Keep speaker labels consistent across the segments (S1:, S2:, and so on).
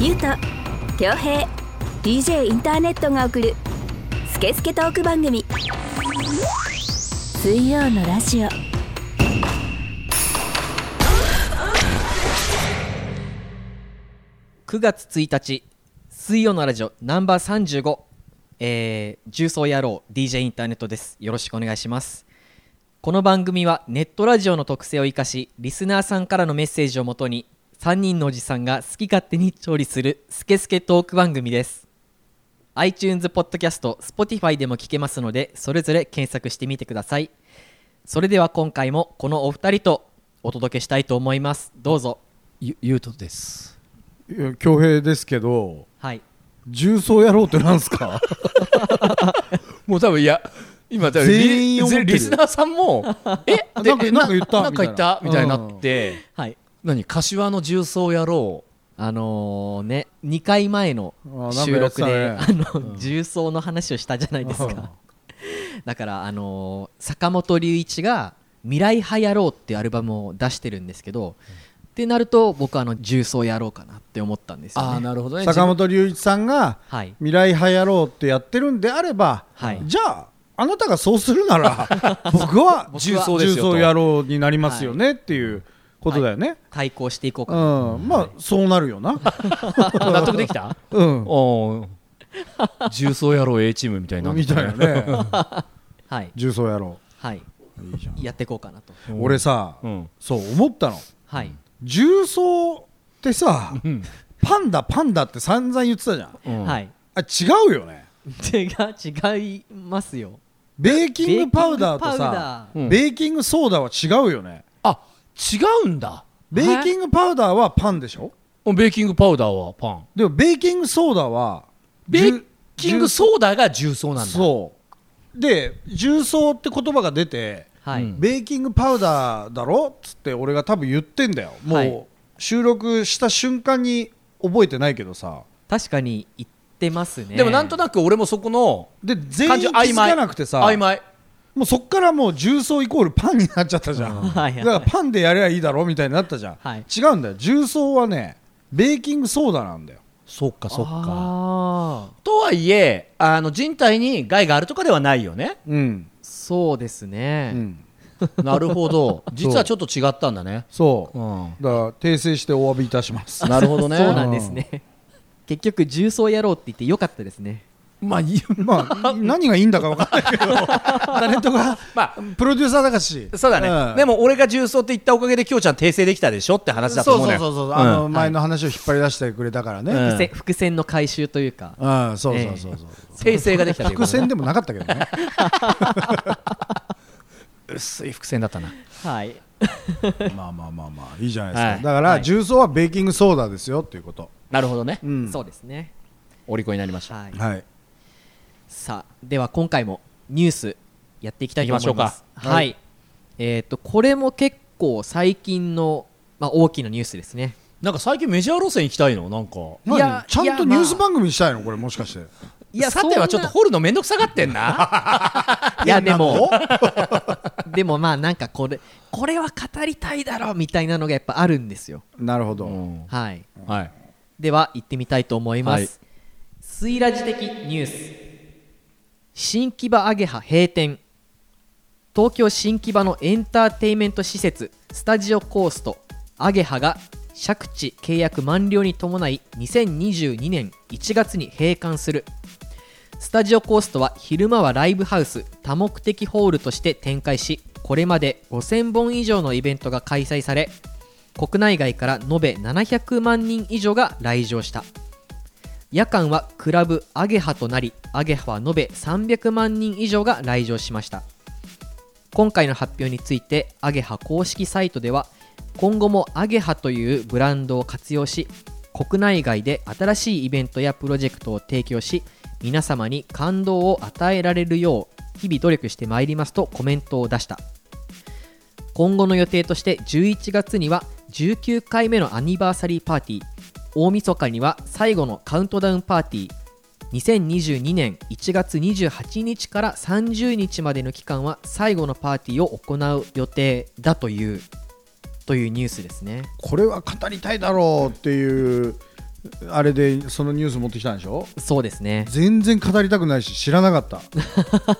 S1: ゆうと恭平 DJ インターネットが送る「スケスケトーク番組」水曜のラジオ
S2: 9月1日水曜のラジオナンバー35えー、重曹野郎 DJ インターネットですよろしくお願いしますこの番組はネットラジオの特性を生かしリスナーさんからのメッセージをもとに3人のおじさんが好き勝手に調理するスケスケトーク番組です iTunes ポッドキャスト Spotify でも聞けますのでそれぞれ検索してみてくださいそれでは今回もこのお二人とお届けしたいと思いますどうぞ
S3: ゆゆうとです
S4: いや恭平ですけど
S2: はい
S4: 重曹野郎ってなんすか
S3: もう多分いや今多分
S4: 全員
S3: リ
S4: 思ってる
S3: リスナーさ んも「え
S4: あ
S3: で
S4: なんか
S3: え
S4: なんか言った
S3: なんか言った」み
S4: み
S3: た
S4: た
S3: い
S4: い
S3: に
S4: な
S3: なって
S2: はい
S3: 何柏の重曹野郎
S2: あのーね2回前の収録であ,、
S4: あなんか
S2: の重曹の話をしたじゃないですかだからあのー坂本龍一が「未来派やろう」っていうアルバムを出してるんですけど、ってなると僕はあの重曹やろうかなって思ったんですよ、ね、
S3: ああなるほどね
S4: 坂本龍一さんが
S2: はい
S4: 未来派やろうってやってるんであれば、
S2: はい
S4: じゃああなたがそうするなら僕は
S3: 重曹ですよと
S4: 重曹野郎になりますよねっていうことだよね、
S2: 対抗していこうかな、
S4: うん、まあそうなるよな、
S3: 自分納得できた
S4: うん、
S3: おー重曹野郎 A チームみたいになって
S4: み
S3: きた
S4: たいなね
S2: はい
S4: 重曹野郎
S2: はい
S4: いいじゃん
S2: やっていこうかなと
S4: 俺さ、
S3: うん
S4: そう思ったの
S2: はい
S4: 重曹ってさ
S3: うん
S4: パンダパンダって散々言ってたじゃん
S3: うん
S2: はい
S4: あ違うよね
S2: 違う違いますよ
S4: ベーキングパウダー
S2: ベ
S4: と
S2: キングパウ
S4: さ
S2: ダ
S3: ーうん
S4: ベーキングソーダは違うよね
S3: あ違うんだ
S4: ベーキングパウダーはパンでしょ
S3: うんベーキングパウダーはパン
S4: でもベーキングソーダは
S3: ベーキング
S4: ー
S3: ソーダが重曹なんだ
S4: そうで重曹って言葉が出て
S2: はい、
S3: うん
S4: ベーキングパウダーだろっつって俺が多分言ってんだよも
S2: はいう
S4: 収録した瞬間に覚えてないけどさ
S2: 確かに言ってますね
S3: でもなんとなく俺もそこの
S4: で全
S3: 感
S4: 員
S3: じ
S4: 気
S3: 曖昧
S4: づかなくてさ
S3: 曖昧
S4: もうそっからもう重曹イコールパンになっちゃったじゃん、
S2: はい
S4: だからパンでやればいいだろみたいになったじゃん、
S2: はい
S4: 違うんだよ重曹はねベーキングソーダなんだよ
S3: そっかそっか
S2: あー
S3: とはいえあの人体に害があるとかではないよね
S4: うん、
S2: そうですね、
S4: うん、
S3: なるほど実はちょっと違ったんだね
S4: そうう、
S3: ん
S4: だから訂正してお詫びいたします
S3: なるほどね
S2: そうなんですね結局重曹やろうって言ってよかったですね
S3: まあいい
S4: まあ何がいいんだか分かんないけ どタレントが
S3: ま
S4: プロデューサーだからし
S3: あそうだね、
S4: ん
S3: でも俺が重曹って言ったおかげできょうちゃん訂正できたでしょって話
S4: そ
S3: だ
S4: う
S3: と
S4: そう
S3: 思う
S4: そ
S3: ね
S4: うそう、あの
S3: ん
S4: 前の話を引っ張り出してくれたからね、
S3: うん
S2: 伏線伏線の回収というか
S4: うん、そうそうそうそう、
S3: 訂正ができたというこ
S4: 伏
S3: とね
S4: 線でもなかったけどね
S3: 薄い伏線だったな
S2: はい
S4: まあまあまあまあいいじゃないですか、
S3: は
S4: だ
S3: い
S4: から、
S2: はい
S4: 重曹はベーキングソーダですよっていうこと、
S3: なるほどね、
S4: うん
S2: そうですね
S3: お利口になりました
S2: はい
S4: はい
S2: さあでは今回もニュースやっていきたいと思います
S4: いきましょうか
S2: は、
S4: はいい
S2: えっ、とこれも結構最近の、まあ、大きなニュースですね
S3: なんか最近メジャー路線行きたいのなんか
S2: いや
S4: 何ちゃんと
S2: いやま
S4: ニ
S2: あ
S4: ュース番組にしたいのこれもしかして
S2: いや
S3: さてはち
S2: そ
S3: ょ
S2: ん
S3: っ
S2: な
S3: と掘るのめんどくさがってんな
S2: いやでもでもまあなんかこれこれは語りたいだろうみたいなのがやっぱあるんですよ
S4: なるほど、
S3: うん
S2: はい
S3: はい
S2: では行ってみたいと思います、
S3: はい
S2: スイラジ的ニュース新木場アゲハ閉店東京新木場のエンターテインメント施設スタジオコーストアゲハが借地契約満了に伴い2022年1月に閉館するスタジオコーストは昼間はライブハウス多目的ホールとして展開しこれまで5000本以上のイベントが開催され国内外から延べ700万人以上が来場した夜間はクラブアゲハとなりアゲハは延べ300万人以上が来場しました今回の発表についてアゲハ公式サイトでは今後もアゲハというブランドを活用し国内外で新しいイベントやプロジェクトを提供し皆様に感動を与えられるよう日々努力してまいりますとコメントを出した今後の予定として11月には19回目のアニバーサリーパーティー大晦日には最後のカウントダウンパーティー2022年1月28日から30日までの期間は最後のパーティーを行う予定だというというニュースですね
S4: これは語りたいだろうっていうあれでそのニュース持ってきたんでしょ
S2: そうですね
S4: 全然語りたくないし知らなかっ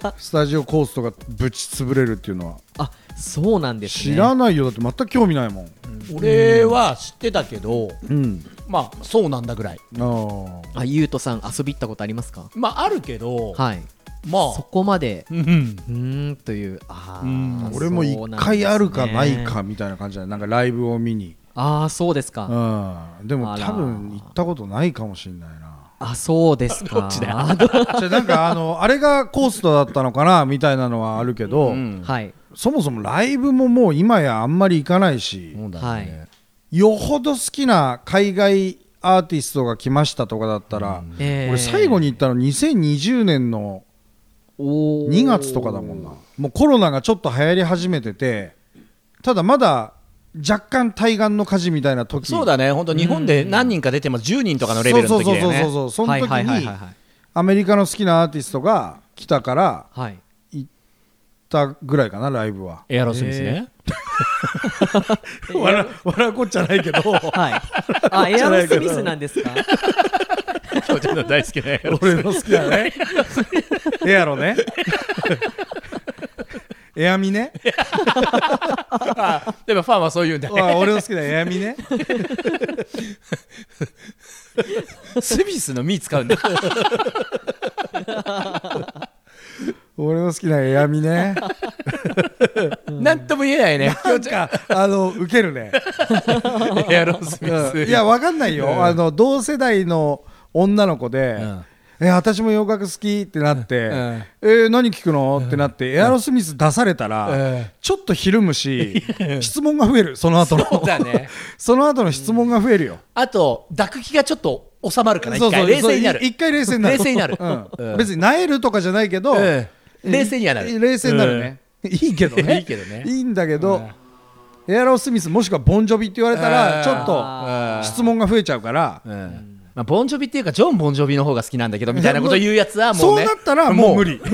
S4: たスタジオコースとかぶち潰れるっていうのは
S2: あそうなんですね
S4: 知らないよだって全く興味ないもん、
S3: 俺は知ってたけど、
S4: うん、
S3: まあそうなんだぐらい
S4: ああ
S2: あゆうとさん遊び行ったことありますか
S3: まああるけど、
S2: はい
S3: ま
S2: そ
S3: あ
S2: こまで
S3: うん
S2: うーんというあ
S3: うん
S2: ー
S4: 俺も
S2: そう
S4: 一
S2: なんですね
S4: 回あるかないかみたいな感じだねなんかライブを見に、
S2: ああそうですか、
S4: うん、でも
S2: あら
S4: 多分行ったことないかもしれないな
S2: あそうですか
S3: どっちだよ
S2: あど
S4: じゃあなんかあのあ れがコーストだったのかなみたいなのはあるけど、
S3: うん
S2: はい
S4: そもそもライブももう今やあんまり行かないし、
S3: そうだ
S2: は
S3: ね、
S2: い
S4: よほど好きな海外アーティストが来ましたとかだったら、
S2: えー
S4: 俺最後に行ったの2020年の
S2: おー
S4: 2月とかだもんなもうコロナがちょっと流行り始めててただまだ若干対岸の火事みたいな時
S3: そうだね本当日本で何人か出てます10人とかのレベルの時だよね
S4: そうそうそうそうその時
S2: はいはいはい
S4: に
S2: はいはい
S4: アメリカの好きなアーティストが来たから
S2: はい
S4: 行ったぐらいかなライブは
S3: エアロスミスね、 笑笑うこっちゃないけど
S2: はい。あ、 エアロスミス なんですか。
S3: 今日ちゃんの大好きなエアロスミス
S4: 俺の好きだねエアロね エアミね
S3: あ でもファンはそう言うんだね
S4: あ俺の好きだエアミね
S3: スミスの「ミ」使うんだ
S4: 俺の好きなエアミね
S3: なんとも言えないね
S4: なんか あのウケる ね
S3: エアロスミ
S4: うん
S3: ス
S4: いやわかんないよ、
S3: うん
S4: あの同世代の女の子で、え私も洋楽好きってなって、
S3: うんうん
S4: えー何聞くのってなって、エアロスミス出されたら、
S3: うん
S4: ちょっとひるむ し、質問が増えるその後の
S3: そうだね
S4: その後の質問が増えるよ、
S3: あと抱きがちょっと収まるから
S4: そう
S3: 一
S4: そう
S3: 回冷静になる
S4: そうい一回冷静になる
S3: 冷静になる
S4: うん
S3: うん
S4: 別になえるとかじゃないけど、
S3: うん冷静にはなる
S4: 冷静になるね、いいけどね
S3: いいけどね
S4: いいんだけど、エアロスミスもしくはボンジョビって言われた
S3: う
S4: ら
S3: ん
S4: ちょっ
S3: う
S4: と
S3: ん
S4: 質問が増えちゃうから、
S3: うんまあ、ボンジョビっていうかジョン・ボンジョビの方が好きなんだけどみたいなこと言うやつはも
S4: そうう
S3: ね
S4: なったらもう無理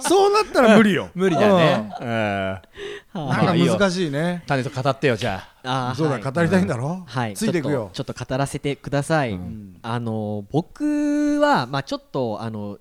S4: そうなったら無理よ
S3: 無理だよね、うん
S4: うん
S2: は
S4: なんか
S3: いいよ
S4: 難しいね
S3: 種と語ってよじゃあ
S2: あー
S4: そうだ
S2: はい
S4: 語りたいんだろ
S2: はい。
S4: ついていくよ
S2: ちょっとちょっと語らせてください。あの僕はまあちょっとあの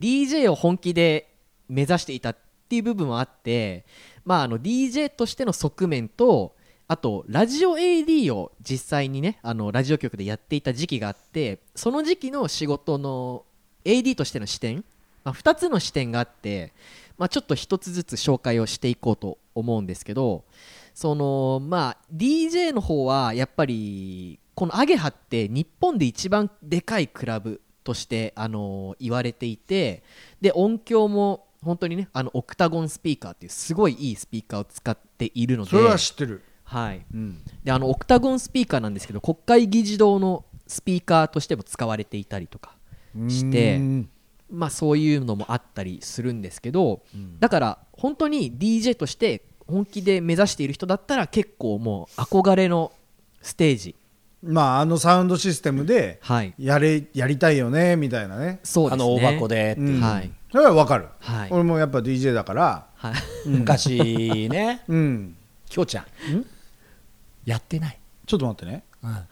S2: DJ を本気で目指していたっていう部分もあって、まああの DJ としての側面と。あとラジオ AD を実際にねあのラジオ局でやっていた時期があってその時期の仕事の AD としての視点、まあ、2つの視点があって、まあ、ちょっと1つずつ紹介をしていこうと思うんですけどそのまあ DJ の方はやっぱりこのアゲハって日本で一番でかいクラブとしてあの言われていてで音響も本当にねあのオクタゴンスピーカーっていうすごいいいスピーカーを使っているので
S4: それは知ってる、
S2: はい、
S4: うん
S2: であのオクタゴンスピーカーなんですけど国会議事堂のスピーカーとしても使われていたりとかして
S4: うん
S2: まあ、そういうのもあったりするんですけど、だから本当に DJ として本気で目指している人だったら結構もう憧れのステージ
S4: まああのサウンドシステムで
S2: はい
S4: やれやりたいよねみたいなね
S2: そうで
S3: あ
S2: すね
S3: の大箱でって
S4: うん
S2: はい
S4: それはわかる、
S2: はい
S4: 俺もやっぱ DJ だから
S2: はい、
S3: 昔ね
S4: うん
S3: きょうちゃんやってない、
S4: ちょっと待ってね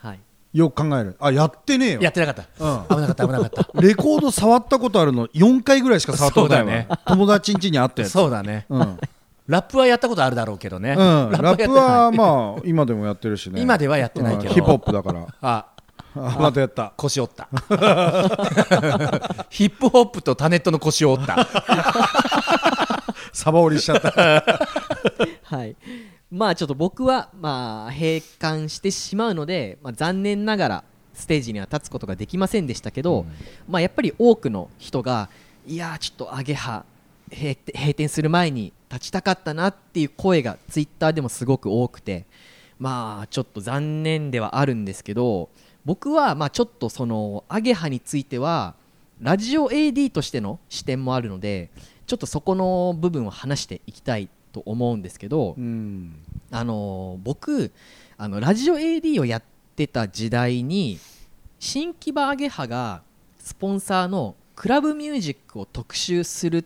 S2: はい、
S4: よく考えるあやってねえよ
S3: やってなかった、
S4: うん
S3: 危なかった危なか った
S4: レコード触ったことあるの4回ぐらいしか触ったことないわ、
S3: そうだね
S4: 友達ん家にあったやつ
S3: そうだね
S4: うん、うん、
S3: ラップはやったことあるだろうけどね、
S4: ラップ
S3: や
S4: は
S3: ってない
S4: まあ今でもやってるしね
S3: 今ではやってないけど
S4: うんヒップホップだ から
S3: あ
S4: あまたやった
S3: 腰折った ヒップホップとタネットの腰を折 った
S4: サバ折りしちゃった
S2: はい、まあちょっと僕はまあ閉館してしまうので、まあ、残念ながらステージには立つことができませんでしたけど、まあ、やっぱり多くの人がいやーちょっとアゲハ閉店閉店する前に立ちたかったなっていう声がツイッターでもすごく多くてまあちょっと残念ではあるんですけど僕はまあちょっとそのアゲハについてはラジオ AD としての視点もあるのでちょっとそこの部分を話していきたいと思うんですけど、
S4: うん
S2: あのー僕あのラジオ AD をやってた時代に新木場アゲハがスポンサーのクラブミュージックを特集するっ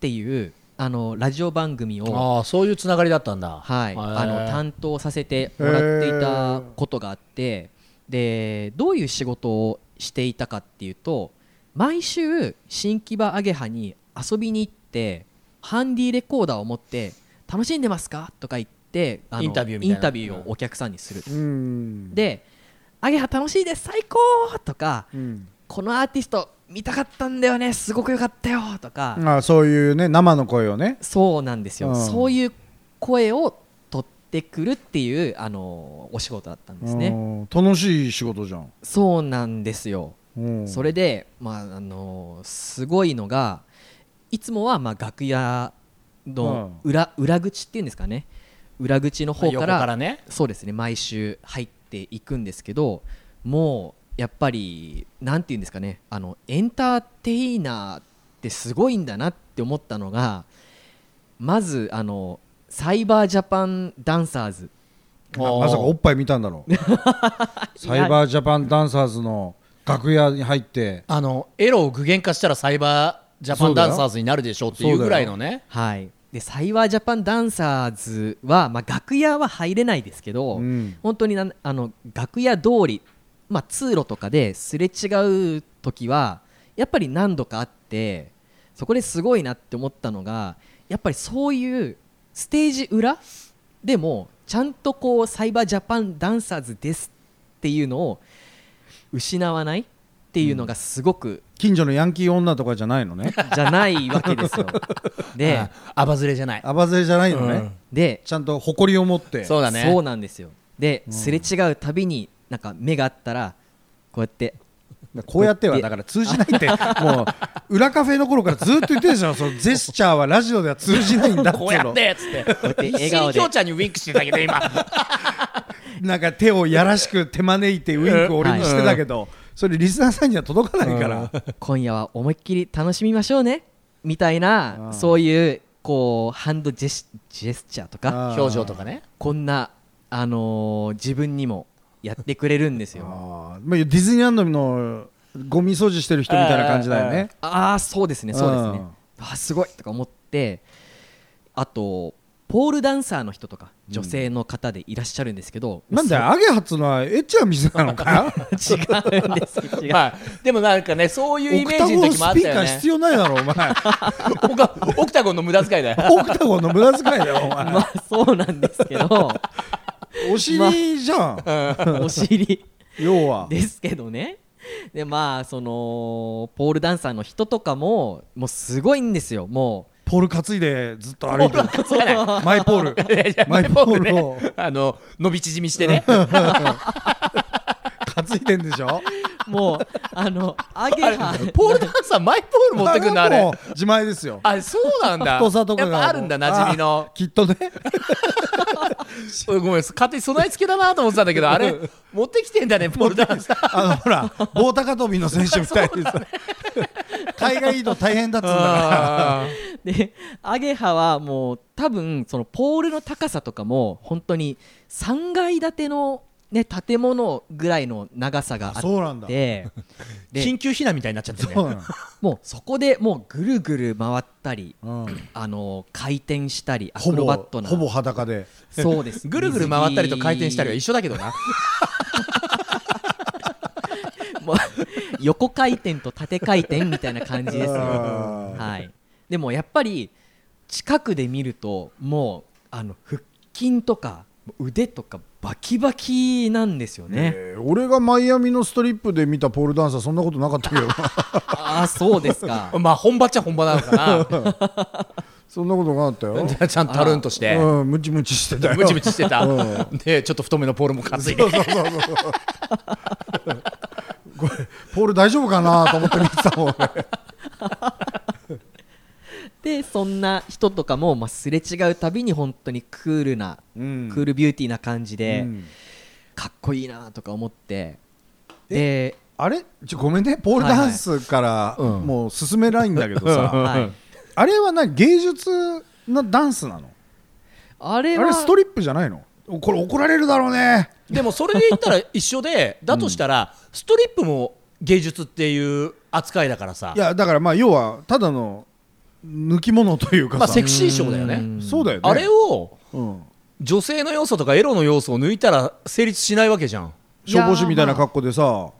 S2: ていうあのラジオ番組を、
S3: ああそういうつながりだったんだ
S2: はい、
S3: へえ
S2: あの担当させてもらっていたことがあってでどういう仕事をしていたかっていうと毎週新木場アゲハに遊びに行ってハンディレコーダーを持って「楽しんでますか?」とか言ってあの
S3: インタビューみたいな
S2: インタビューをお客さんにする。
S4: うん、
S2: で「アゲハ楽しいです最高!」とか
S4: うん、
S2: 「このアーティスト見たかったんだよねすごくよかったよ」とか、
S4: ああそういうね生の声をね
S2: そうなんですよ、
S4: うん
S2: そういう声を取ってくるっていうあのお仕事だったんですね、
S4: うん楽しい仕事じゃん、
S2: そうなんですよ、
S4: うん、
S2: それで、まあ、あのすごいのがいつもはまあ楽屋の裏,、裏口っていうんですかね裏口の
S3: まあ
S2: 方
S3: 横
S2: から
S3: からね
S2: そうですね毎週入っていくんですけどもうやっぱりなんて言うんですかねあのエンターテイナーってすごいんだなって思ったのがまずあのサイバージャパンダンサーズ
S4: あまさかおっぱい見たんだ ろうサイバージャパンダンサーズの楽屋に入って
S3: あのエロを具現化したらサイバージャパンダンサーズになるでしょうっていうぐらいのね
S2: はいでサイバージャパンダンサーズは、まあ、楽屋は入れないですけど、
S4: うん
S2: 本当になんあの楽屋通り、まあ、通路とかですれ違う時はやっぱり何度かあってそこですごいなって思ったのがやっぱりそういうステージ裏でもちゃんとこうサイバージャパンダンサーズですっていうのを失わないっていうのがすごく
S4: 近所のヤンキー女とかじゃないの ね
S2: じゃないわけですよ。 で
S3: ああばずれじゃない
S4: アバゼじゃないのね、
S3: うん
S2: で
S4: ちゃんと誇りを持って
S3: そうだね
S2: そうなんですよで、すれ違うたびになんか目があったらこうやって
S4: こうやってはだから通じないってもう裏カフェの頃からずっと言ってるで しょそのジェスチャーはラジオでは通じないんだって
S3: こう
S4: いう
S3: や
S4: の
S3: ってっつって
S2: こう やって
S3: 必
S2: 笑
S3: 死
S2: 顔
S3: に
S2: で
S3: きょうちゃんにウィンクしてたけど今
S4: なんか手をやらしく手招いてウインクを俺にしてたけど、それリスナーさんには届かないから、
S2: 今夜は思いっきり楽しみましょうねみたいな、
S4: うん
S2: そういうこうハンドジェスジェスチャーとか
S4: あー
S3: 表情とかね
S2: こんな、あのー自分にもやってくれるんですよ
S4: あーまあディズニーランドのゴミ掃除してる人みたいな感じだよね
S2: ああそうですねそうですね
S4: うん
S2: あーすごいとか思ってあとポールダンサーの人とか女性の方でいらっしゃるんですけど、
S4: なんだよアゲハっつうのはエッチな店なの か
S2: 違うんです よ違う
S3: まあでもなんかねそういうイ
S4: オク
S3: メ
S4: タ
S3: ージの
S4: ゴン
S3: 時
S4: ス
S3: もあっ
S4: ピ
S3: た
S4: ーカー
S3: よね
S4: 必要ない だろお前
S3: オクタゴンの無駄遣いだよ
S4: オクタゴンの無駄遣いだよお前
S2: まあそうなんですけど
S4: お尻じゃん、
S2: お尻
S4: 要は
S2: ですけどね でまあそのポールダンサーの人とかももうすごいんですよも
S4: ポール担いでずっと歩いてる
S3: そうじゃない
S4: マイポール
S3: いやいや
S4: マイポールを
S3: ねあの伸び縮みしてね
S4: 担いでんでしょ
S2: うもうあ のアゲ
S3: あれ
S2: ハ
S3: ポールダンサーマイポール持ってくんだあ
S4: れは
S3: れ
S4: もう自前ですよ
S3: あそうなんだ
S4: 太さとか
S3: やっ
S4: が
S3: ぱあるんだ馴染みの
S4: あきっとね
S3: おいごめん勝手に備え付けだなと思ってたんだけど あれ持ってきてんだねポールダンサー
S4: あのほら 棒高跳びの選手みたいにさ、海外移動大変だっつうんだか
S3: あ
S2: でアゲハはもう多分そのポールの高さとかも本当に3階建ての、ね、建物ぐらいの長さがあ
S4: ら
S2: っ
S4: そうなんだ
S2: て
S3: ー緊急避難みたいになっちゃってる
S4: そう
S3: ね
S4: なんだ
S2: もうそこでもうぐるぐる回ったり
S4: うん
S2: あの回転したりア
S4: ほ
S2: クロ
S4: ぼ
S2: バットな
S4: ほぼ裸で
S2: そうです
S3: ぐるぐる回ったりと回転したりは一緒だけどな
S2: もう 横回転と縦回転みたいな感じですよ、
S4: あー
S2: はい、でもやっぱり近くで見るともうあの腹筋とか腕とかバキバキなんですよね
S4: えー俺がマイアミのストリップで見たポールダンサーそんなことなかったけど
S2: ああそうですか
S3: まあ本場っちゃ本場なのか
S4: そんなことなかったよ
S3: なちゃんとたるんとして
S4: うんムチムチしてたよ
S3: ムチムチしてた
S4: うん
S3: でちょっと太めのポールも担いで
S4: そうそうそうそうこれポール大丈夫かなと思って見てたも ん俺
S2: でそんな人とかも、まあ、すれ違うたびに本当にクールな、
S4: うん
S2: クールビューティーな感じで、
S4: うん
S2: かっこいいなとか思ってで
S4: あれちょごめんねポールダンスから
S3: はいはいうん
S4: もう進めないんだけど さ、
S3: うん
S2: はい
S4: あれは何芸術のダンスなの
S2: あれ
S4: あ
S2: は
S4: れストリップじゃないのおこれ怒られるだろうね
S3: でもそれで言ったら一緒でだとしたらストリップも芸術っていう扱いだからさ
S4: いやだからまあ要はただの抜き物というかさ、
S3: まあセクシー賞だよね
S4: そうだよね
S3: あれ
S4: を、
S3: を
S4: うん、
S3: 女性の要素とかエロの要素を抜いたら成立しないわけじゃん
S4: 消防士みたいな格好でさ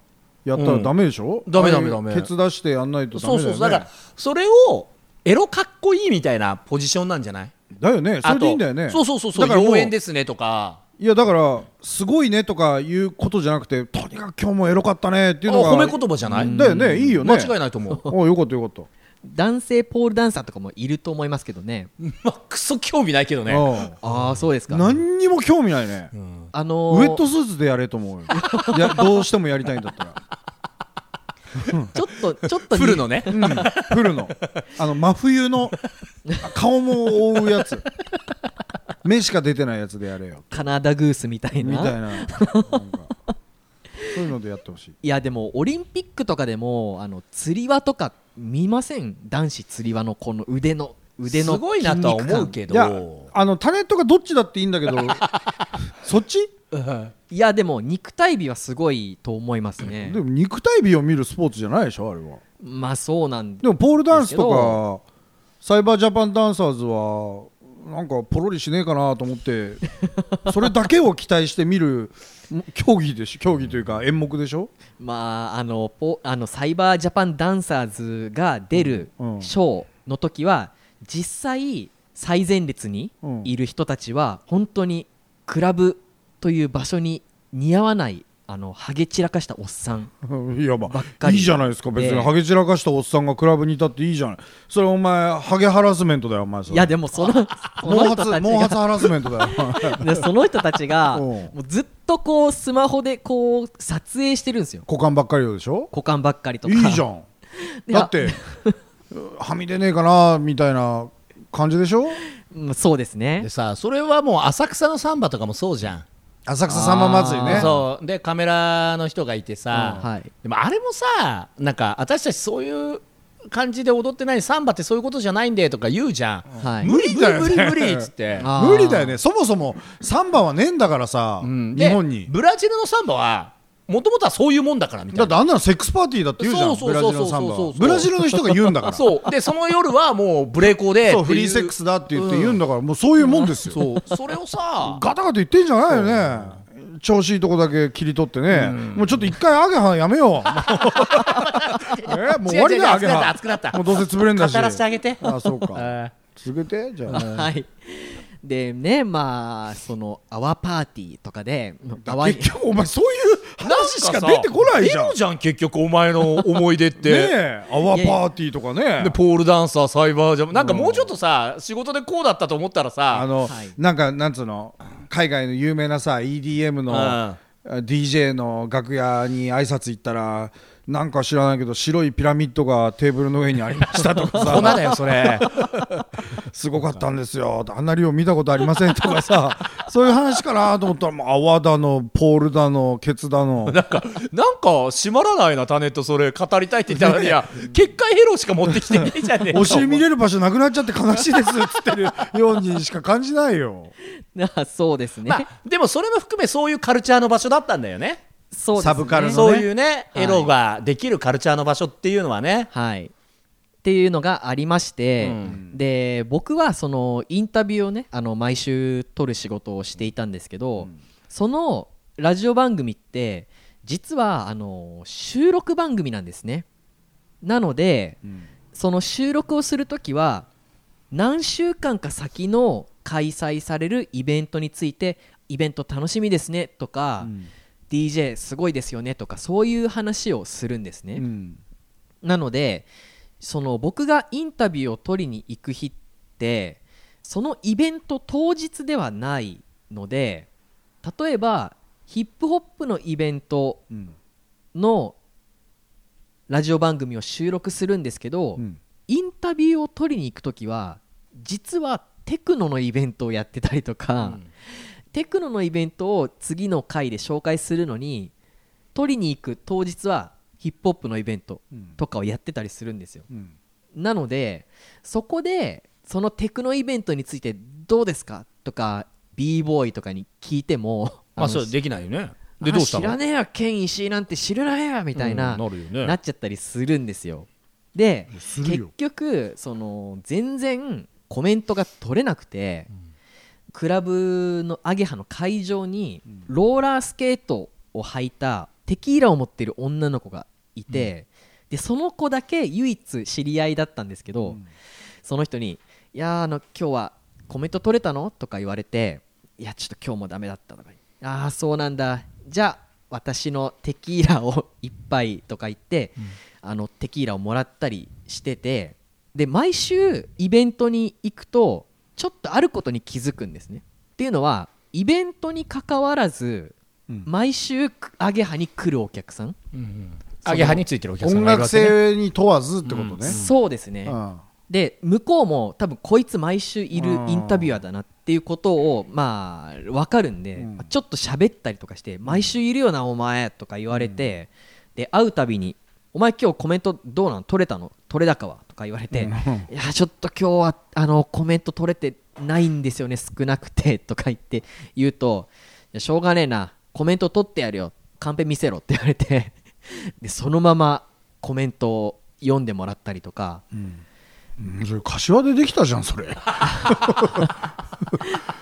S4: やったらダメでしょ、
S3: ダメダメ
S4: ああいう
S3: ダメ
S4: ケツ出してやんないとダメ
S3: そう
S4: だよね
S3: そうそうだからそれをエロかっこいいみたいなポジションなんじゃない
S4: だよねそ
S3: あ
S4: れ
S3: と
S4: でいいんだよね
S3: そうそうそうそう
S4: だからもう
S3: 妖艶ですねとか
S4: いやだからすごいねとかいうことじゃなくてとにかく今日もエロかったねっていうのが
S3: あ褒め言葉じゃない
S4: だよねいいよね
S3: 間違いないと思 う
S4: およかったよかっ
S2: 男性ポールダンサーとかもいると思いますけどね
S3: まあクソ興味ないけど
S4: た、
S3: ね
S2: ああそうです
S4: う
S2: か
S4: ん何にも興味ないね、
S2: あのー
S4: ウエットスーツでやれと思うよいやどうしてもやりたいんだったら
S2: ちょ っとちょっと
S3: フルのね
S4: うんフルのあの真冬のあ顔も覆うやつ目しか出てないやつでやれよ
S2: カナダグースみたいな
S4: みたいななんかそういうのでやってほしい
S2: いやでもオリンピックとかでもあの釣り輪とか見ません男子釣り輪のこの腕の腕の
S3: すごいなとは
S2: 筋
S3: 思う
S2: 肉感
S3: け
S4: いや
S3: ど
S4: あのタレントがどっちだっていいんだけ どそっち
S2: いやでも肉体美はすごいと思いますね
S4: でも肉体美を見るスポーツじゃないでしょあれは
S2: まあそうなんで
S4: でもポールダンス
S2: ですけ
S4: と
S2: ど
S4: かサイバージャパンダンサーズはなんかポロリしねえかなと思ってそれだけを期待して見る競技でしょ競技というか演目でしょ
S2: まああのポあのサイバージャパンダンサーズが出る
S4: うんうん
S2: ショーの時は実際最前列にいる人たちは本当にクラブという場所に似合わないあのハゲ散らかしたおっさん
S4: いやま
S2: ばっ
S4: あ
S2: か
S4: いい
S2: り
S4: じゃないですか別
S2: え
S4: に
S2: え
S4: ハゲ散らかしたおっさんがクラブにいたっていいじゃないそれお前ハゲハラスメントだよお前それ
S2: いやでもそのそ
S4: 毛
S2: の人
S4: 髪
S2: たち
S4: 毛
S2: が
S4: 髪ハラスメント だよ
S2: でその人たちが
S4: うん
S2: もうずっとこうスマホでこう撮影してるんですよ
S4: 股間ばっかりでしょ
S2: 股間ばっかりとか
S4: いいじゃん
S2: い
S4: だ
S2: や
S4: ってはみ出ねえかなみたいな感じでしょ
S2: うんそうですね
S3: でさそれはもう浅草のサンバとかもそうじゃん
S4: 浅草さんま祭り
S2: あ
S4: ね
S2: ー
S3: そうでカメラの人がいてさ、
S2: うんはい
S3: でもあれもさなんか私たちそういう感じで踊ってないサンバってそういうことじゃないんでとか言うじゃん、
S2: はい
S3: 無理だよ、
S4: 無
S3: 無
S4: 理
S3: 理
S4: だよね
S3: 無理っつって
S2: あー
S4: 無理だよねそもそもサンバはねえんだからさ、
S3: うん
S4: 日
S3: で
S4: 本に
S3: ブラジルのサンバはもともとはそういうもんだからみた
S4: だ
S3: い
S4: って
S3: な
S4: あんなのセックスパーティーだって言うじゃん
S3: そ
S4: ブ
S3: うそ
S4: ラ
S3: う
S4: ジ
S3: そう
S4: ル
S3: そ
S4: の
S3: う
S4: サンバ
S3: そ
S4: は
S3: うそうそう
S4: ブラジルの人が言うんだからそう
S3: そうでその夜はもうブレーコーでっていう
S4: フリーセックスだって言って言うんだから、もうそういうもんですよ、
S3: そうそれをさ
S4: ガタガタ言ってんじゃないよね調子いいとこだけ切り取ってね、もうちょっと一回アゲハやめようもう えもう終わりだよア
S3: 違
S4: ゲ
S3: う違う熱くなった
S4: ハ
S3: 熱くなった
S4: もうどうせ潰れんだし
S3: 語らせてあげて
S4: あそうか
S3: あ
S4: 続けてじゃあ
S2: はいでねまあその泡パーティーとかで泡
S4: 結局お前そういう話しか出てこないじゃん
S3: エ
S4: ね
S3: ロじゃん結局お前の思い出って
S4: え泡パーティーとかね
S3: でポールダンサーサイバージャムなんかもうちょっとさ仕事でこうだったと思ったら
S4: あ
S3: さ
S4: の、
S2: はい
S4: なんかなんつうの海外の有名なさ EDM の
S3: うん
S4: あ DJ の楽屋に挨拶行ったらなんか知らないけど白いピラミッドがテーブルの上にありましたと か
S3: 粉
S4: さ
S3: だよそれ
S4: すごかったんですよあんな量見たことありませんとかさそういう話かなと思ったらもう泡だのポールだのケツだの
S3: なんかなんか締まらないなタネットそれ語りたいって言ったのにいや結界ヘロしか持ってきてねえじゃねえか
S4: お尻見れる場所なくなっちゃって悲しいですっつって るようにしか感じないよ。
S2: あ そうですね、
S3: まあでもそれも含めそういうカルチャーの場所だったんだよね
S2: そうですね
S4: サブカルのね
S3: そういうね
S2: はい
S3: エロができるカルチャーの場所っていうのはね
S2: はいっていうのがありまして、
S3: うん
S2: で僕はそのインタビューをねあの毎週撮る仕事をしていたんですけど、そのラジオ番組って実はあの収録番組なんですねなのでその収録をする時は何週間か先の開催されるイベントについてイベント楽しみですねとか、DJ すごいですよねとかそういう話をするんですね、
S4: うん
S2: なのでその僕がインタビューを取りに行く日ってそのイベント当日ではないので例えばヒップホップのイベント
S4: うん
S2: のラジオ番組を収録するんですけど、
S4: うん
S2: インタビューを取りに行く時は実はテクノのイベントをやってたりとか、テクノのイベントを次の回で紹介するのに取りに行く当日はヒップホップのイベント
S4: うん
S2: とかをやってたりするんですよ
S4: うん
S2: なのでそこでそのテクノイベントについてどうですかとか b ボーイとかに聞いても
S3: まあ
S2: の
S3: そうできないよねで
S2: あ
S3: どうした
S2: 知
S3: の
S2: らねえやケン石井なんて知らないやみたいな、
S3: うんなるよね
S2: なっちゃったりするんですよです
S3: る
S2: 結
S3: よ
S2: 局その全然コメントが取れなくて、クラブのアゲハの会場にローラースケートを履いたテキーラを持ってる女の子がいて、でその子だけ唯一知り合いだったんですけど、その人に「いやーあの今日はコメント取れたの?」とか言われて「いやちょっと今日もダメだった」とか「ああそうなんだじゃあ私のテキーラを一杯」とか言って、あのテキーラをもらったりしててで毎週イベントに行くとちょっとあることに気づくんですね。っていうのはイベントにかかわらず
S4: うん
S2: 毎週アゲハに来るお客さん、
S3: アゲハについてるお客さん
S4: 音
S3: がい
S4: 楽
S3: るわけね
S4: 性に問わずってことね、
S2: そうですね、
S4: うん
S2: で向こうも多分こいつ毎週いる
S4: うん
S2: インタビュアーだなっていうことをまあ分かるんで、
S4: うん
S2: ちょっと喋ったりとかして毎週いるよなお前とか言われて、で会うたびに「お前今日コメントどうなの取れたの取れ高は?」とか言われて「
S4: うん
S2: いやちょっと今日はあのコメント取れてないんですよね少なくて」とか言って言うと「いやしょうがねえなコメント取ってやるよカンペ見せろ」って言われて でそのままコメントを読んでもらったりとか。
S4: うんそれ柏でできたじゃんそれ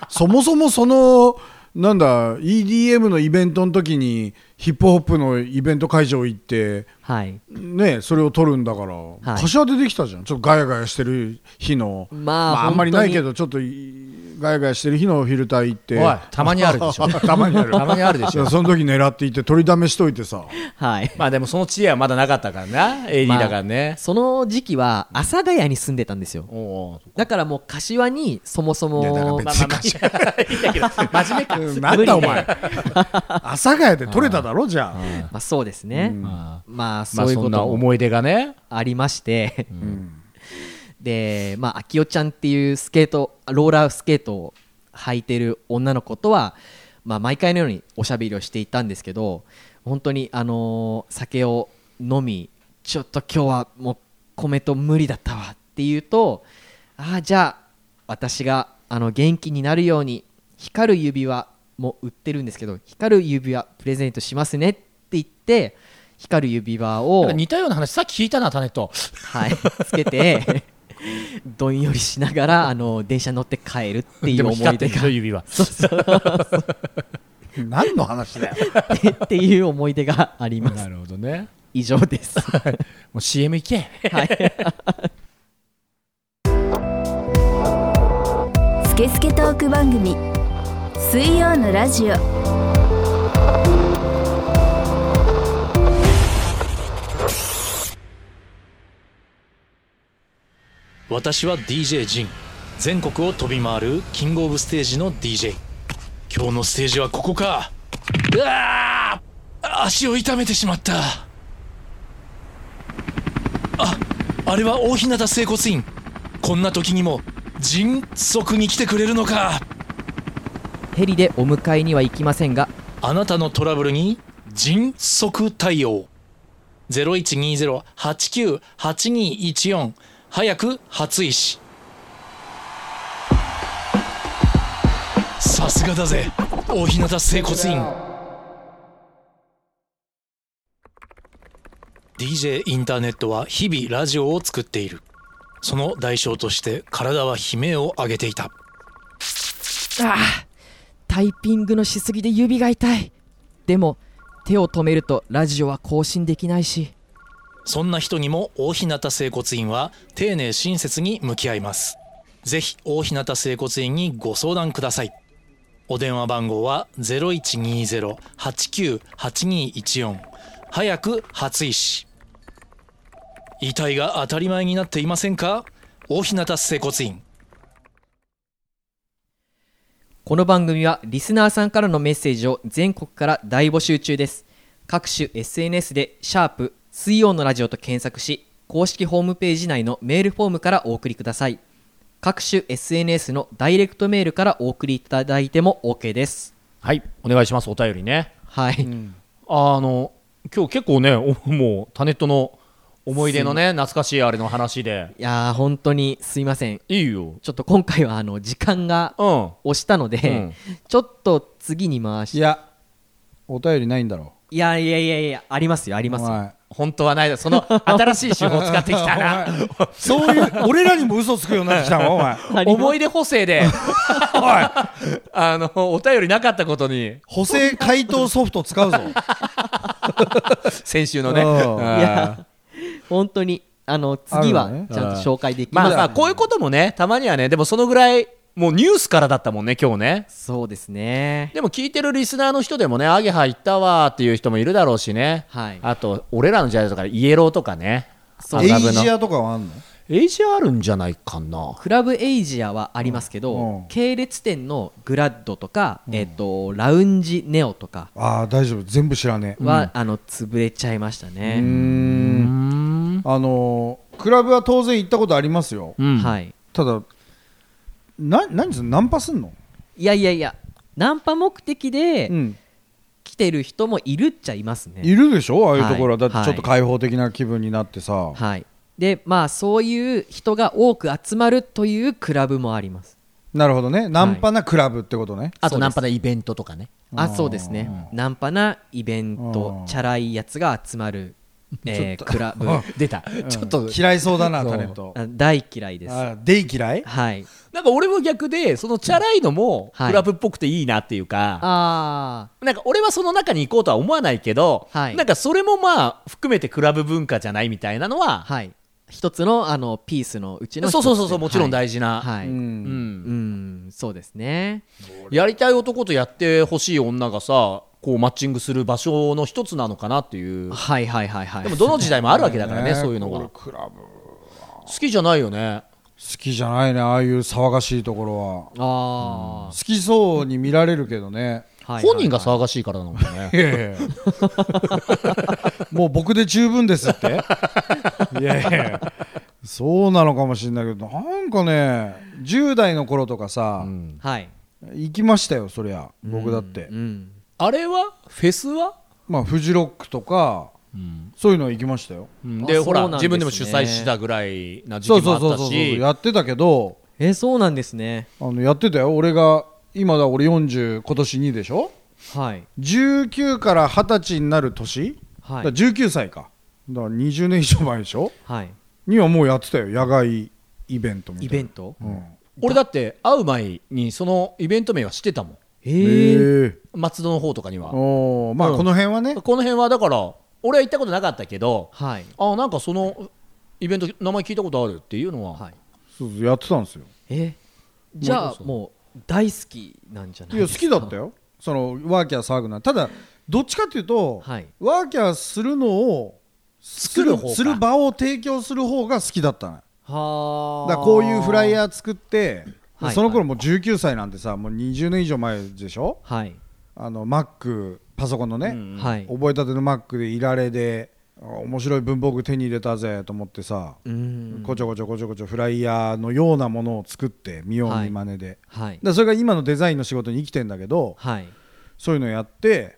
S4: そもそもそのなんだ EDM のイベントの時にヒップホップのイベント会場行って
S2: はい
S4: ねそれを撮るんだから、
S2: い
S4: 柏でできたじゃんちょっとガヤガヤしてる日の
S2: まあ
S4: あんまり
S2: 本当
S4: な
S2: に
S4: いけどちょっといガヤガヤしてる日のフィルター行って
S3: おいたまにあるでしょ
S4: たまにある
S3: たまにあるでしょ
S4: いやその時狙っていって取りだめしといてさ
S2: はい。
S3: まあでもその知恵はまだなかったからな AD だからね、
S2: その時期は阿佐ヶ谷に住んでたんですよ。
S3: おう
S2: だからもう柏にそもそ
S4: いやだから
S2: も
S4: 別
S3: まあまあまあいいんだけど真面目か
S4: なんだお前阿佐ヶ谷で取れただろじゃあ
S2: まあそうですね。
S3: まあ
S2: まあ
S3: ま
S2: そ
S3: あ
S2: ういう
S3: そ
S2: こ
S3: んな
S2: とも
S3: 思い出がね
S2: ありまして、でまあ秋代ちゃんっていうスケートローラースケートを履いてる女の子とはまあ毎回のようにおしゃべりをしていたんですけど、本当にあのー酒を飲みちょっと今日はもう米と無理だったわって言うとああじゃあ私があの元気になるように光る指輪も売ってるんですけど光る指輪プレゼントしますねって言って光る指輪
S3: なん
S2: を
S3: か似たような話さっき聞いたなタネット
S2: はい、つけ てどんよりしながらあの電車乗って帰るってい
S3: で
S2: う
S3: も
S2: 思
S3: 光
S2: い
S3: って
S2: 出
S3: んで
S2: が
S3: しょ指輪
S2: そうそう
S4: 何の話だよ
S2: って っていう思い出があります
S3: なるほどね
S2: 以上ですは
S3: もう CM 行け
S2: い
S1: スケスケトーク番組水曜のラジオ
S5: 私は DJ ジン全国を飛び回るキングオブステージの DJ 今日のステージはここかうわあ足を痛めてしまったああれは大日向整骨院こんな時にも迅速に来てくれるのか
S2: ヘリでお迎えには行きませんが
S5: あなたのトラブルに迅速対応0120-89-8214早く初石さすがだぜ大日向整骨院 DJ インターネットは日々ラジオを作っているその代償として体は悲鳴を上げていた
S2: タイピングのしすぎで指が痛いでも手を止めるとラジオは更新できないし
S5: そんな人にも大日向整骨院は丁寧親切に向き合います。ぜひ大日向整骨院にご相談ください。お電話番号は0120-89-8214早く初医師。遺体が当たり前になっていませんか大日向整骨院。
S2: この番組はリスナーさんからのメッセージを全国から大募集中です各種 SNS で「シャープ水曜のラジオ」と検索し公式ホームページ内のメールフォームからお送りください各種 SNS のダイレクトメールからお送りいただいても OK です
S3: はいお願いしますお便りね
S2: はい、
S3: あの今日結構ねおもうタネットの思い出のね懐かしいあれの話で
S2: いやー本当にすいません
S3: いいよ
S2: ちょっと今回はあの時間が
S3: うん
S2: 押したので、
S3: うん
S2: ちょっと次に回し
S4: い
S2: て
S4: やお便りないんだろ
S2: いやいやいやいやありますよあり
S4: う
S2: ますよ
S4: はい
S3: 本当はないだその新しい手法を使ってきた な
S4: そういう俺らにも嘘つくようになってきたのお前
S2: あります
S3: 思い出補正であのお便りなかったことに
S4: 補正解答ソフト使 うぞ
S3: 先週のね
S4: あ
S2: い
S3: あー
S2: や本当にあの次は
S4: あるのね
S2: ちゃんと紹介でき
S3: ま
S2: ま
S3: あ
S2: す
S3: まあこういうこともねたまにはねでもそのぐらいもうニュースからだったもんね今日ね
S2: そうですね
S3: でも聞いてるリスナーの人でもねアゲハ行ったわーっていう人もいるだろうしね、
S2: はい
S3: あと俺らの時代とかイエローとかね
S2: そう
S4: エイ
S3: 麻布の
S4: ジアとかはあんの
S3: エイジアあるんじゃないかな
S2: クラブエイジアはありますけど、
S4: うん
S2: 系列店のグラッドとか、えっ、とラウンジネオとか
S4: ああ大丈夫全部知らねえ
S2: は、あの潰れちゃいましたね、
S4: うーんあのークラブは当然行ったことありますよ
S3: うん
S2: はい
S4: ただな何すんのナンパすんの
S2: いやいやいやナンパ目的で
S4: うん
S2: 来てる人もいるっちゃいますね、
S4: いるでしょああいうところはだ
S2: は
S4: っ
S2: い
S4: てちょっと開放的な気分になってさ
S2: はいでまあそういう人が多く集まるというクラブもあります
S4: なるほどねナンパなクラブってことね
S3: あとナンパのイベントとかね
S2: あそうですねナンパなイベン
S4: うん
S2: トチャラいやつが集ま る、えークラブ
S3: 出た、ちょっと
S4: 嫌いそうだなタネット
S2: あ大嫌いです
S4: あデイ嫌い
S2: はい
S3: なんか俺も逆でそのチャラいのも
S2: はい
S3: クラブっぽくていいなっていうか、
S2: あ
S3: なんか俺はその中に行こうとは思わないけど、
S2: はい
S3: なんかそれもまあ含めてクラブ文化じゃないみたいなの
S2: あ
S3: は、
S2: はい一つのあのピースのうちの一つ
S3: そうそうそうそうもちろん
S2: はい
S3: 大事な、
S2: はい、
S4: う
S2: うん
S3: うんん
S2: そうですね
S3: やりたい男とやってほしい女がさこうマッチングする場所の一つなのかなっていう
S2: はいはいはいはい
S3: でもどの時代もあるわけだからね
S4: ね
S3: そういうのが
S4: 俺
S3: 好
S4: クラブ好
S3: きじゃないよね
S4: きじゃないねああいう騒がしいところは
S2: あ
S4: 好きそうに見られるけどね
S2: あ、はいはいはい
S3: 本人が騒がしいからなのかね
S4: いやいやいや もう僕で十分ですっていやいやいやそうなのかもしれないけどなんかね10代の頃とかさ、
S2: はい
S4: 行きましたよそりゃ僕だって、
S2: うん
S3: あれはフェスは、
S4: まあフジロックとかそういうのは行きましたよ
S2: ん
S3: で
S2: あ
S3: ほら
S2: そうなんですね
S3: 自分でも主催したぐらいな時
S4: そう
S3: 期も
S4: そ
S3: あ
S4: うそうそ
S3: った
S4: うそう
S3: し
S4: やってたけど
S2: えそうなんですね
S4: あのやってたよ俺が今だ俺40今年2でしょ
S2: はい
S4: 19から20歳になる年、
S2: は
S4: だから
S2: い
S4: 19歳かだから20年以上前でしょ
S2: はい
S4: にはもうやってたよ野外イベントみたい
S2: イ
S4: な
S2: ベント
S4: うん
S3: 俺だって会う前にそのイベント名は知ってたもん
S2: ええ
S4: え
S3: 松戸の方とかには
S4: おーまあ
S3: うん
S4: この辺はね、
S3: この辺はだから俺は行ったことなかったけど
S2: はい
S3: あなんかそのイベント名前聞いたことあるっていう のは、
S2: はい
S4: そうそうやってたんですよ
S2: えじゃあもう大好きなんじゃない
S4: い
S2: で
S4: や
S2: す
S4: 好
S2: か
S4: きだったよそのワーキャー騒ぐなただどっちかというと、
S2: はい
S4: ワーキャーするのをす
S3: 作る
S4: る
S3: 方か
S4: する場を提供する方が好きだったのよ
S2: はあ
S4: だからこういうフライヤー作って
S2: はい
S4: でその頃もう19歳なんてさもう20年以上前でしょ
S2: はい
S4: あの Mac パソコンのね、
S3: うん
S2: はい
S4: 覚えたての Mac でいられであ面白い文房具手に入れたぜと思ってさ、
S2: うん
S4: こちょこちょこちょこちょフライヤーのようなものを作って見よう
S2: は
S4: 見
S2: い
S4: まねで、だか
S2: はい
S4: らそれが今のデザインの仕事に生きてんだけど
S2: はい
S4: そういうのやって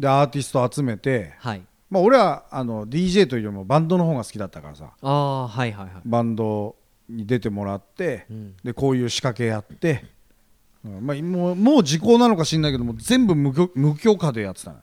S4: でアーティスト集めて、
S2: はい
S4: まあ、俺はあの DJ というよりもバンドの方が好きだったからさ
S2: ああはいはいはい
S4: バンドに出てもらって、
S2: うん
S4: でこういう仕掛けやって、うんまあ、もうもう時効なのか知んないけども全部無許無許可でやってたの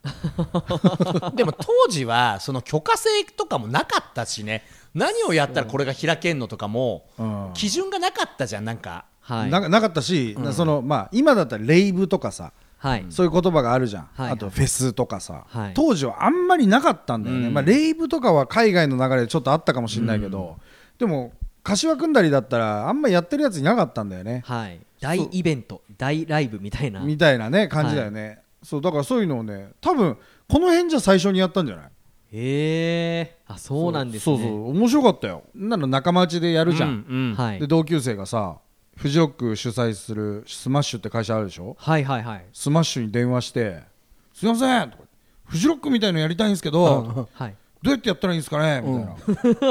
S3: でも当時はその許可制とかもなかったしね何をやったらこれが開けんのとかも
S4: うん
S3: 基準がなかったじゃんなんか
S2: はい
S4: ななかったし、なそのまあ、今だったらレイブとかさ
S2: はい
S4: そういう言葉があるじゃん、
S2: はい
S4: あとフェスとかさ、
S2: はい
S4: 当時はあんまりなかったんだよね、
S3: うん
S4: まあ、レイブとかは海外の流れでちょっとあったかもしれないけど、でも柏組んだりだったらあんまやってるやついなかったんだよね、
S2: はい大イベント大ライブみたいな
S4: みたいなね感じだよね、そうだからそういうのをね多分この辺じゃ最初にやったんじゃない
S2: へえあそうなんですね
S4: そうそう面白かったよなの仲間内でやるじゃん、
S3: うん
S2: はい
S4: で同級生がさフジロック主催するスマッシュって会社あるでしょ
S2: はいはいはい
S4: スマッシュに電話して「すいません」とか「フジロックみたいのやりたいんですけどど
S2: はい、
S4: うやってやったらいいんですかね」みたい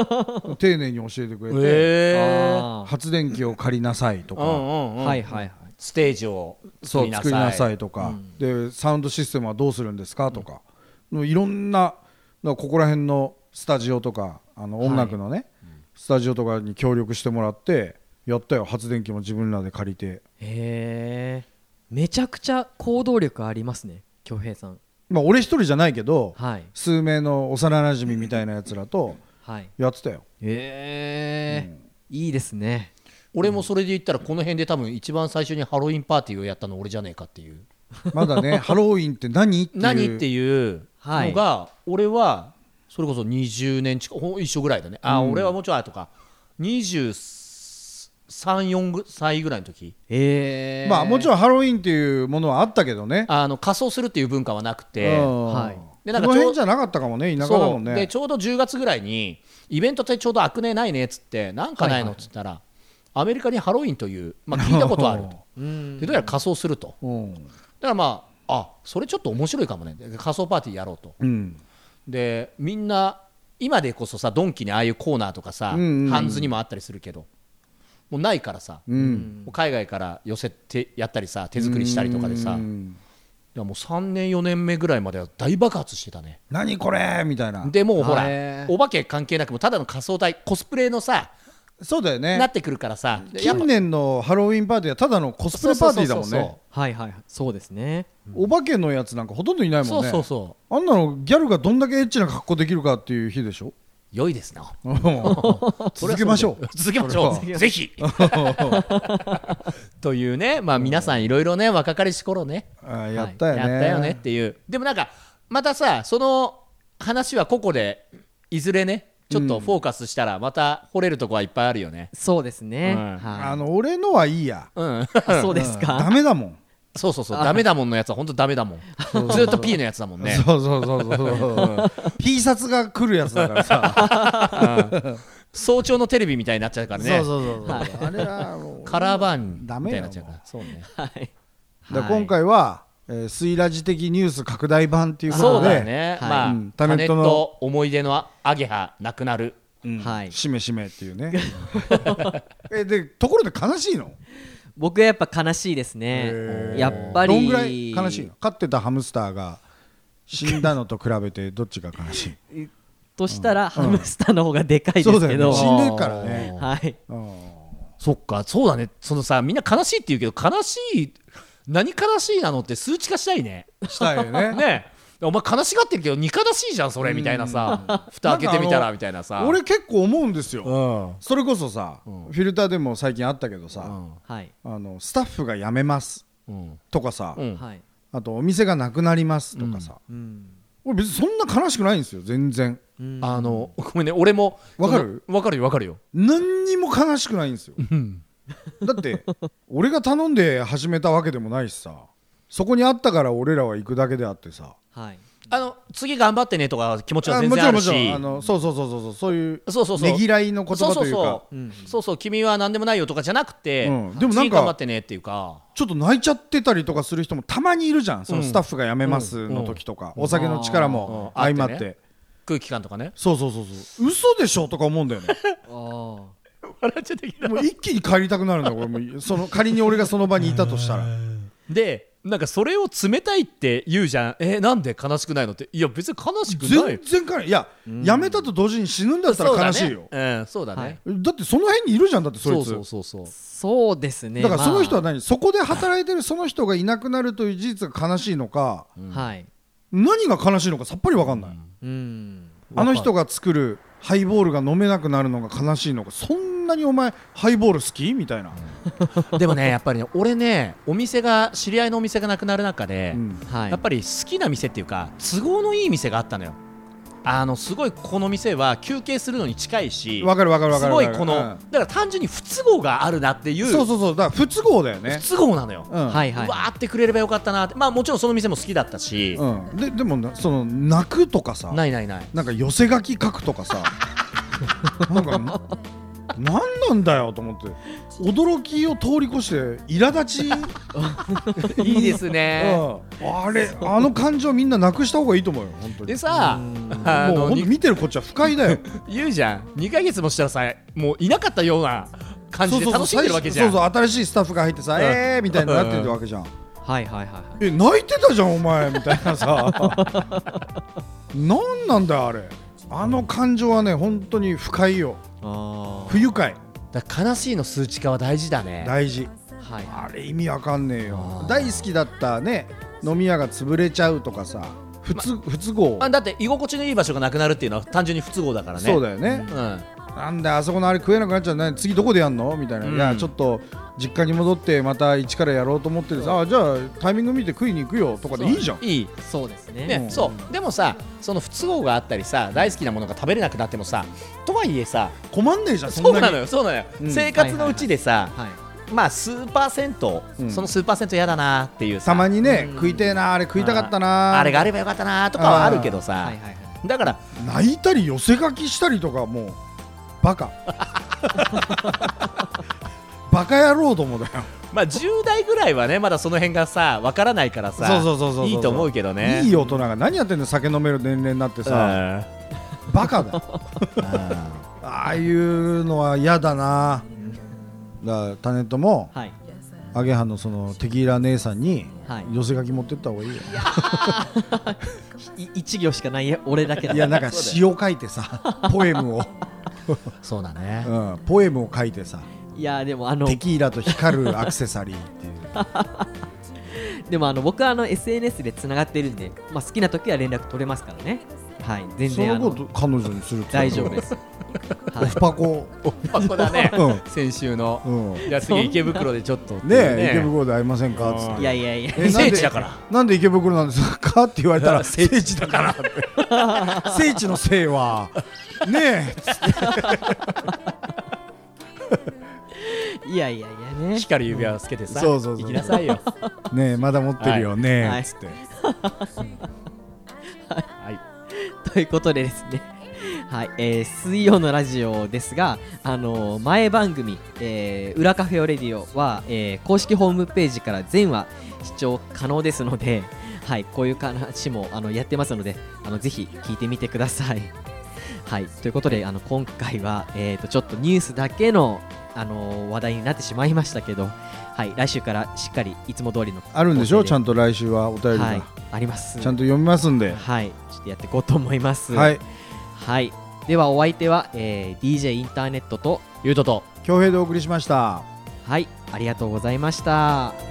S4: な丁寧に教えてくれて
S3: え
S2: あー
S4: 発電機を借りなさいと
S3: うん
S4: か
S3: うんうん
S2: はいはいはい
S3: ステージを作
S4: そ
S3: り
S4: う
S3: な
S4: 作りな
S3: さ
S4: さ
S3: い
S4: いとかでサウンドシステムはどうするんですかとかのいろんなだからここら辺のスタジオとかあの音楽のねスタジオとかに協力してもらってやったよ発電機も自分らで借りて
S2: へえめちゃくちゃ行動力ありますね恭平さん
S4: まあ、俺一人じゃないけど、
S2: はい
S4: 数名の幼なじみみたいなやつらと
S2: はい
S4: やってたよ
S2: ええいいですね
S3: 俺もそれで言ったらこの辺で多分一番最初にハロウィンパーティーをやったの俺じゃねえかっていう
S4: まだ ねハロウィンって何っていう
S3: 何っていう
S2: はい
S3: のが俺はそれこそ20年近くほん一緒ぐらいだねあ、俺はもうちょいあとか234歳ぐらいの時
S2: ええ
S4: まあもち
S2: ん
S4: ろんハロウィンっていうものはあったけどね、
S3: あの仮装するっていう文化はなくて
S4: うん
S2: はい
S3: で
S4: こ
S3: なんか
S4: の辺じゃなかったかもね田舎だもん
S3: そうで
S4: ね
S3: ちょうど10月ぐらいにイベントってちょうど悪ねないねっつってなんかないのっつったら、アメリカにハロウィンという、まあ、聞いたことあると
S2: うん
S3: でどうやら仮装すると
S4: うん、
S3: だからまああそれちょっと面白いかもねで仮装パーティーやろうと
S4: うん、
S3: でみんな今でこそさドンキにああいうコーナーとかさ、
S4: うんうんうん
S3: ハンズにもあったりするけどもうないからさ、
S4: うん
S3: もう海外から寄せてやったりさ手作りしたりとかでさ、
S4: う
S3: い
S4: ん
S3: やもう3年4年目ぐらいまでは大爆発してたね
S4: 何これみたいな
S3: でもうほら
S2: へー
S3: お化け関係なくもうただの仮装体コスプレのさ
S4: そうだよ
S3: な
S4: ね
S3: ってくるからさやっぱ
S4: 近年のハロウィンパーティーはただのコスプレパーティーだもん
S3: そうそうそう
S4: ね
S2: はいはいはいそうですね
S4: お化けのやつなんかほとんどいない
S3: そ
S4: も
S3: うん
S4: ね
S3: そうそ
S4: あんなのギャルがどんだけエッチな格好できるかっていう日で しょ
S3: う良いです な
S4: うん続けましょう
S3: 続けましょ
S4: そう
S3: ぜひ というねまあ皆さんいろいろね若かりし頃ね
S4: あやったよね
S3: やったよねっていうでもなんかまたさその話は個々でいずれねちょっとフォーカスしたらまた掘れるとこはいっぱいあるよね
S2: そうですね、
S3: うん
S2: は
S4: あ
S2: い
S4: の俺のはいいや
S3: うん
S2: あ そうですか、
S4: ダメだもん
S3: そうそうそうダメだもんのやつは本当ダメだもんずっと P のやつだもんね
S4: そうそうそうそうそう必殺が来るやつだから さ
S3: 早朝のテレビみたいになっちゃうからね
S4: そうそうそうそうあれはもう
S3: カラーバーンみた
S4: ダ
S3: いに
S4: メだよ
S3: なっちゃうからそうね
S4: だから今回はえースイラジ的ニュース拡大版っていうこ
S3: そ
S4: と
S3: うだよ
S4: で
S3: ね、
S2: はい
S3: まあ、
S4: うん
S3: タ
S4: タ
S3: ネ
S4: ネ
S3: ッ
S4: ッ
S3: ト
S4: トの
S3: 思い出のアゲハなくなる
S2: はい
S4: しめしめっていうね えでところで悲しいの
S2: 僕はやっぱ悲しいですねやっぱり
S4: どんぐらい悲しいの飼ってたハムスターが死んだのと比べてどっちが悲しい
S2: としたら、ハムスターの方がでか いですけど、
S4: そうだよね死んでるか らね
S2: はい
S3: そっかそうだねそのさみんな悲しいって言うけど悲しい何悲しいなのって数値化したいね
S4: したいよ ね
S3: ねえお前悲しがってるけど2悲しいじゃんそれみたいなさ蓋開けてみたらみたいなさ
S4: 俺結構思うんですよ、
S3: うん
S4: それこそさ、フィルターでも最近あったけど
S3: う
S4: さ、
S3: ん
S2: はい
S4: あのスタッフが辞めます
S3: うん
S4: とかさ、
S3: うん
S2: はい
S4: あとお店がなくなりますとかさ、俺別にそんな悲しくないんですよ全然
S3: あのごめんね俺も
S4: わかる
S3: そのわかるよわかるよ
S4: 何にも悲しくないんですよだって俺が頼んで始めたわけでもないしさそこにあったから俺らは行くだけであってさ
S2: はい
S3: あの次頑張ってねとか気持ちは
S4: あ
S3: 全
S4: もち
S3: 然あ
S4: ろんも
S3: る
S4: ちろ
S3: し
S4: んあのそうそうそうそうそうそういう
S3: そうそうそう
S4: ねぎらいの言葉というか
S3: そうそうそう,、そうそう君は何でもないよとかじゃなくて、
S4: うんでもなんか
S3: 次頑張ってねっていうか
S4: ちょっと泣いちゃってたりとかする人もたまにいるじゃんそのスタッフが辞めますの時とか、お酒の力も
S3: うんうん
S4: 相まって,、
S3: あってね空気感とか ね
S4: そうそうそうそう嘘でしょとか思うんだよね
S2: あ
S3: 笑っちゃってきた
S4: もう一気に帰りたくなるんだこれも うその仮に俺がその場にいたとしたら
S3: でなんかそれを冷たいって言うじゃんえなんで悲しくないのっていや別に悲しくない
S4: 全然悲しいいや、辞めたと同時に死ぬんだったら悲しいよ
S3: そうだね,、うん、そうだね
S2: はい
S4: だってその辺にいるじゃんだってそい
S3: そう
S4: つ
S3: そうそうそう
S2: そうですね
S4: だからその人は
S2: ま
S4: 何、そこで働いてるその人がいなくなるという事実が悲しいのか、
S2: あはい
S4: 何が悲しいのかさっぱり分かんない、
S2: うん
S4: あの人が作るハイボールが飲めなくなるのが悲しいのかそんなにお前ハイボール好きみたいな、
S3: でもねやっぱりね俺ねお店が知り合いのお店がなくなる中で、
S4: うん
S2: はい
S3: やっぱり好きな店っていうか都合のいい店があったのよあのすごいこの店は休憩するのに近いし
S4: 分かる分かる分か
S3: す
S4: る
S3: ご
S4: わ
S3: い
S4: かる
S3: この、
S4: うん
S3: だから単純に不都合があるなっていう
S4: そうそうそうだから不都合だよね
S3: 不、都合なのよ、
S4: うん
S2: はいは
S3: わ
S2: い
S3: ーってくれればよかったなってまあもちろんその店も好きだったし、
S4: うん、ででもなその泣くとかさ
S3: ないな いない
S4: なんか寄せ書き書くとか さなんかな何なんだよと思って驚きを通り越して苛 立ち
S3: いいですね
S4: うんあれあの感情みんななくした方がいいと思うよ本当に
S3: でさあ
S4: もう
S3: の
S4: 本当
S3: に
S4: 見てるこっちは不快だよ
S3: 言うじゃん2ヶ月もしたらさもういなかったような感じで楽しんでるわけじゃん
S4: そうそうそう新しいスタッフが入ってさ、
S3: ん
S4: えーみたいになってるわけじゃん、
S2: はいはいはいは
S4: え泣いてたじゃんお前みたいなさなんなんだよあれあの感情はね本当に不快よ
S2: いあ
S4: 不愉快
S3: だから悲しいの数値化は大事だね
S4: 大事
S2: あはい
S4: あれ意味わかんねえよ大好きだったね飲み屋が潰れちゃうとかさ不不都不都合、
S3: あだって居心地のいい場所がなくなるっていうのは単純に不都合だからね
S4: そうだよね、
S3: うん
S4: なんであそこのあれ食えなくなっちゃうね次どこでやんのみたいな、
S3: うん
S4: いやちょっと実家に戻ってまた一からやろうと思ってるあじゃあタイミング見て食いに行くよとかでいいじゃん
S3: いい
S2: そうですね
S3: ね、そうでもさその不都合があったりさ大好きなものが食べれなくなってもさとはいえさ
S4: 困んねえじゃんそ
S3: そ
S4: ん
S3: う
S4: な
S3: な
S4: に
S3: のよそうなのよ、
S4: うん
S3: 生活のうちでさ、
S2: はい
S3: まあ数パーセント、
S4: うん
S3: その数パーセント嫌だなっていうさ
S4: たまにね、
S2: うん
S4: 食いてえなあれ食いたかった
S3: あ
S4: な
S3: ーあれがあればよかったなとかはあるけど
S2: は
S3: さ、
S2: いはいはい
S3: だから
S4: 泣いたり寄せ書きしたりとかもうバ カバカ野郎どもだよ
S3: まあ10代ぐらいはねまだその辺がさわからないからさ
S4: そうそうそうそうそう
S3: いと思うけどね
S4: いい大人が何やってんの酒飲める年齢になってさ、
S3: さ
S4: バカ だよああいうのは嫌だなだからタネットも
S2: はい
S4: アゲハのそのテキーラ姉さんに
S2: はい
S4: 寄せ書き持ってった方がいいよ、
S2: い一行しかない俺だけだ
S4: い、やなんか詩を書いてさポエ ムを、
S3: そうだね
S4: うん、ポエムを書いてさ
S2: いやでもあの
S4: テキーラと光るアクセサリーっていう
S2: でもあの僕はあの SNS でつながってるんで、まあ、好きな時は連絡取れますからねはい 全
S4: そ
S2: 然あ
S4: のこ
S2: の
S4: と彼女にするってこと
S2: 大丈夫です
S4: オフパコ、
S3: まあここだ ね
S4: うん
S3: 先週の、
S4: うん、
S3: じゃあ次池袋でちょっとっていう
S4: ねえ池袋で会いませんかっつ って
S2: いやいやいや
S4: えなんで
S3: 聖地だから
S4: なんで池袋なんですかって言わ れたら聖地だ からって聖地のせ いはねえ
S2: いやいやいやね
S3: 光る指輪をつけてさ、
S4: そうそうそう
S3: 行きなさいよ
S4: ねえまだ持ってるよね
S2: はい
S4: えつって、
S3: はい
S2: ということでですね、はいえー水曜のラジオですが、あのー前番組、えー裏カフェオレディオは、えー公式ホームページから全話視聴可能ですので、 はい、こういう話もあのやってますのであのぜひ聞いてみてください。 はい、ということであの今回は、えー、とちょっとニュースだけの、あのー話題になってしまいましたけど、はい、来週からしっかりいつも通りの
S4: あるんでしょちゃ
S2: ん
S4: んと来週はお便りが、
S2: はい、あります
S4: ちゃんと読みますんで
S2: はい、ちょっとやっていこうと思います。
S4: はい
S2: はい。ではお相手は、えー DJ インターネットと、
S3: ゆうとと
S4: 恭平でお送りしました
S2: はい、ありがとうございました。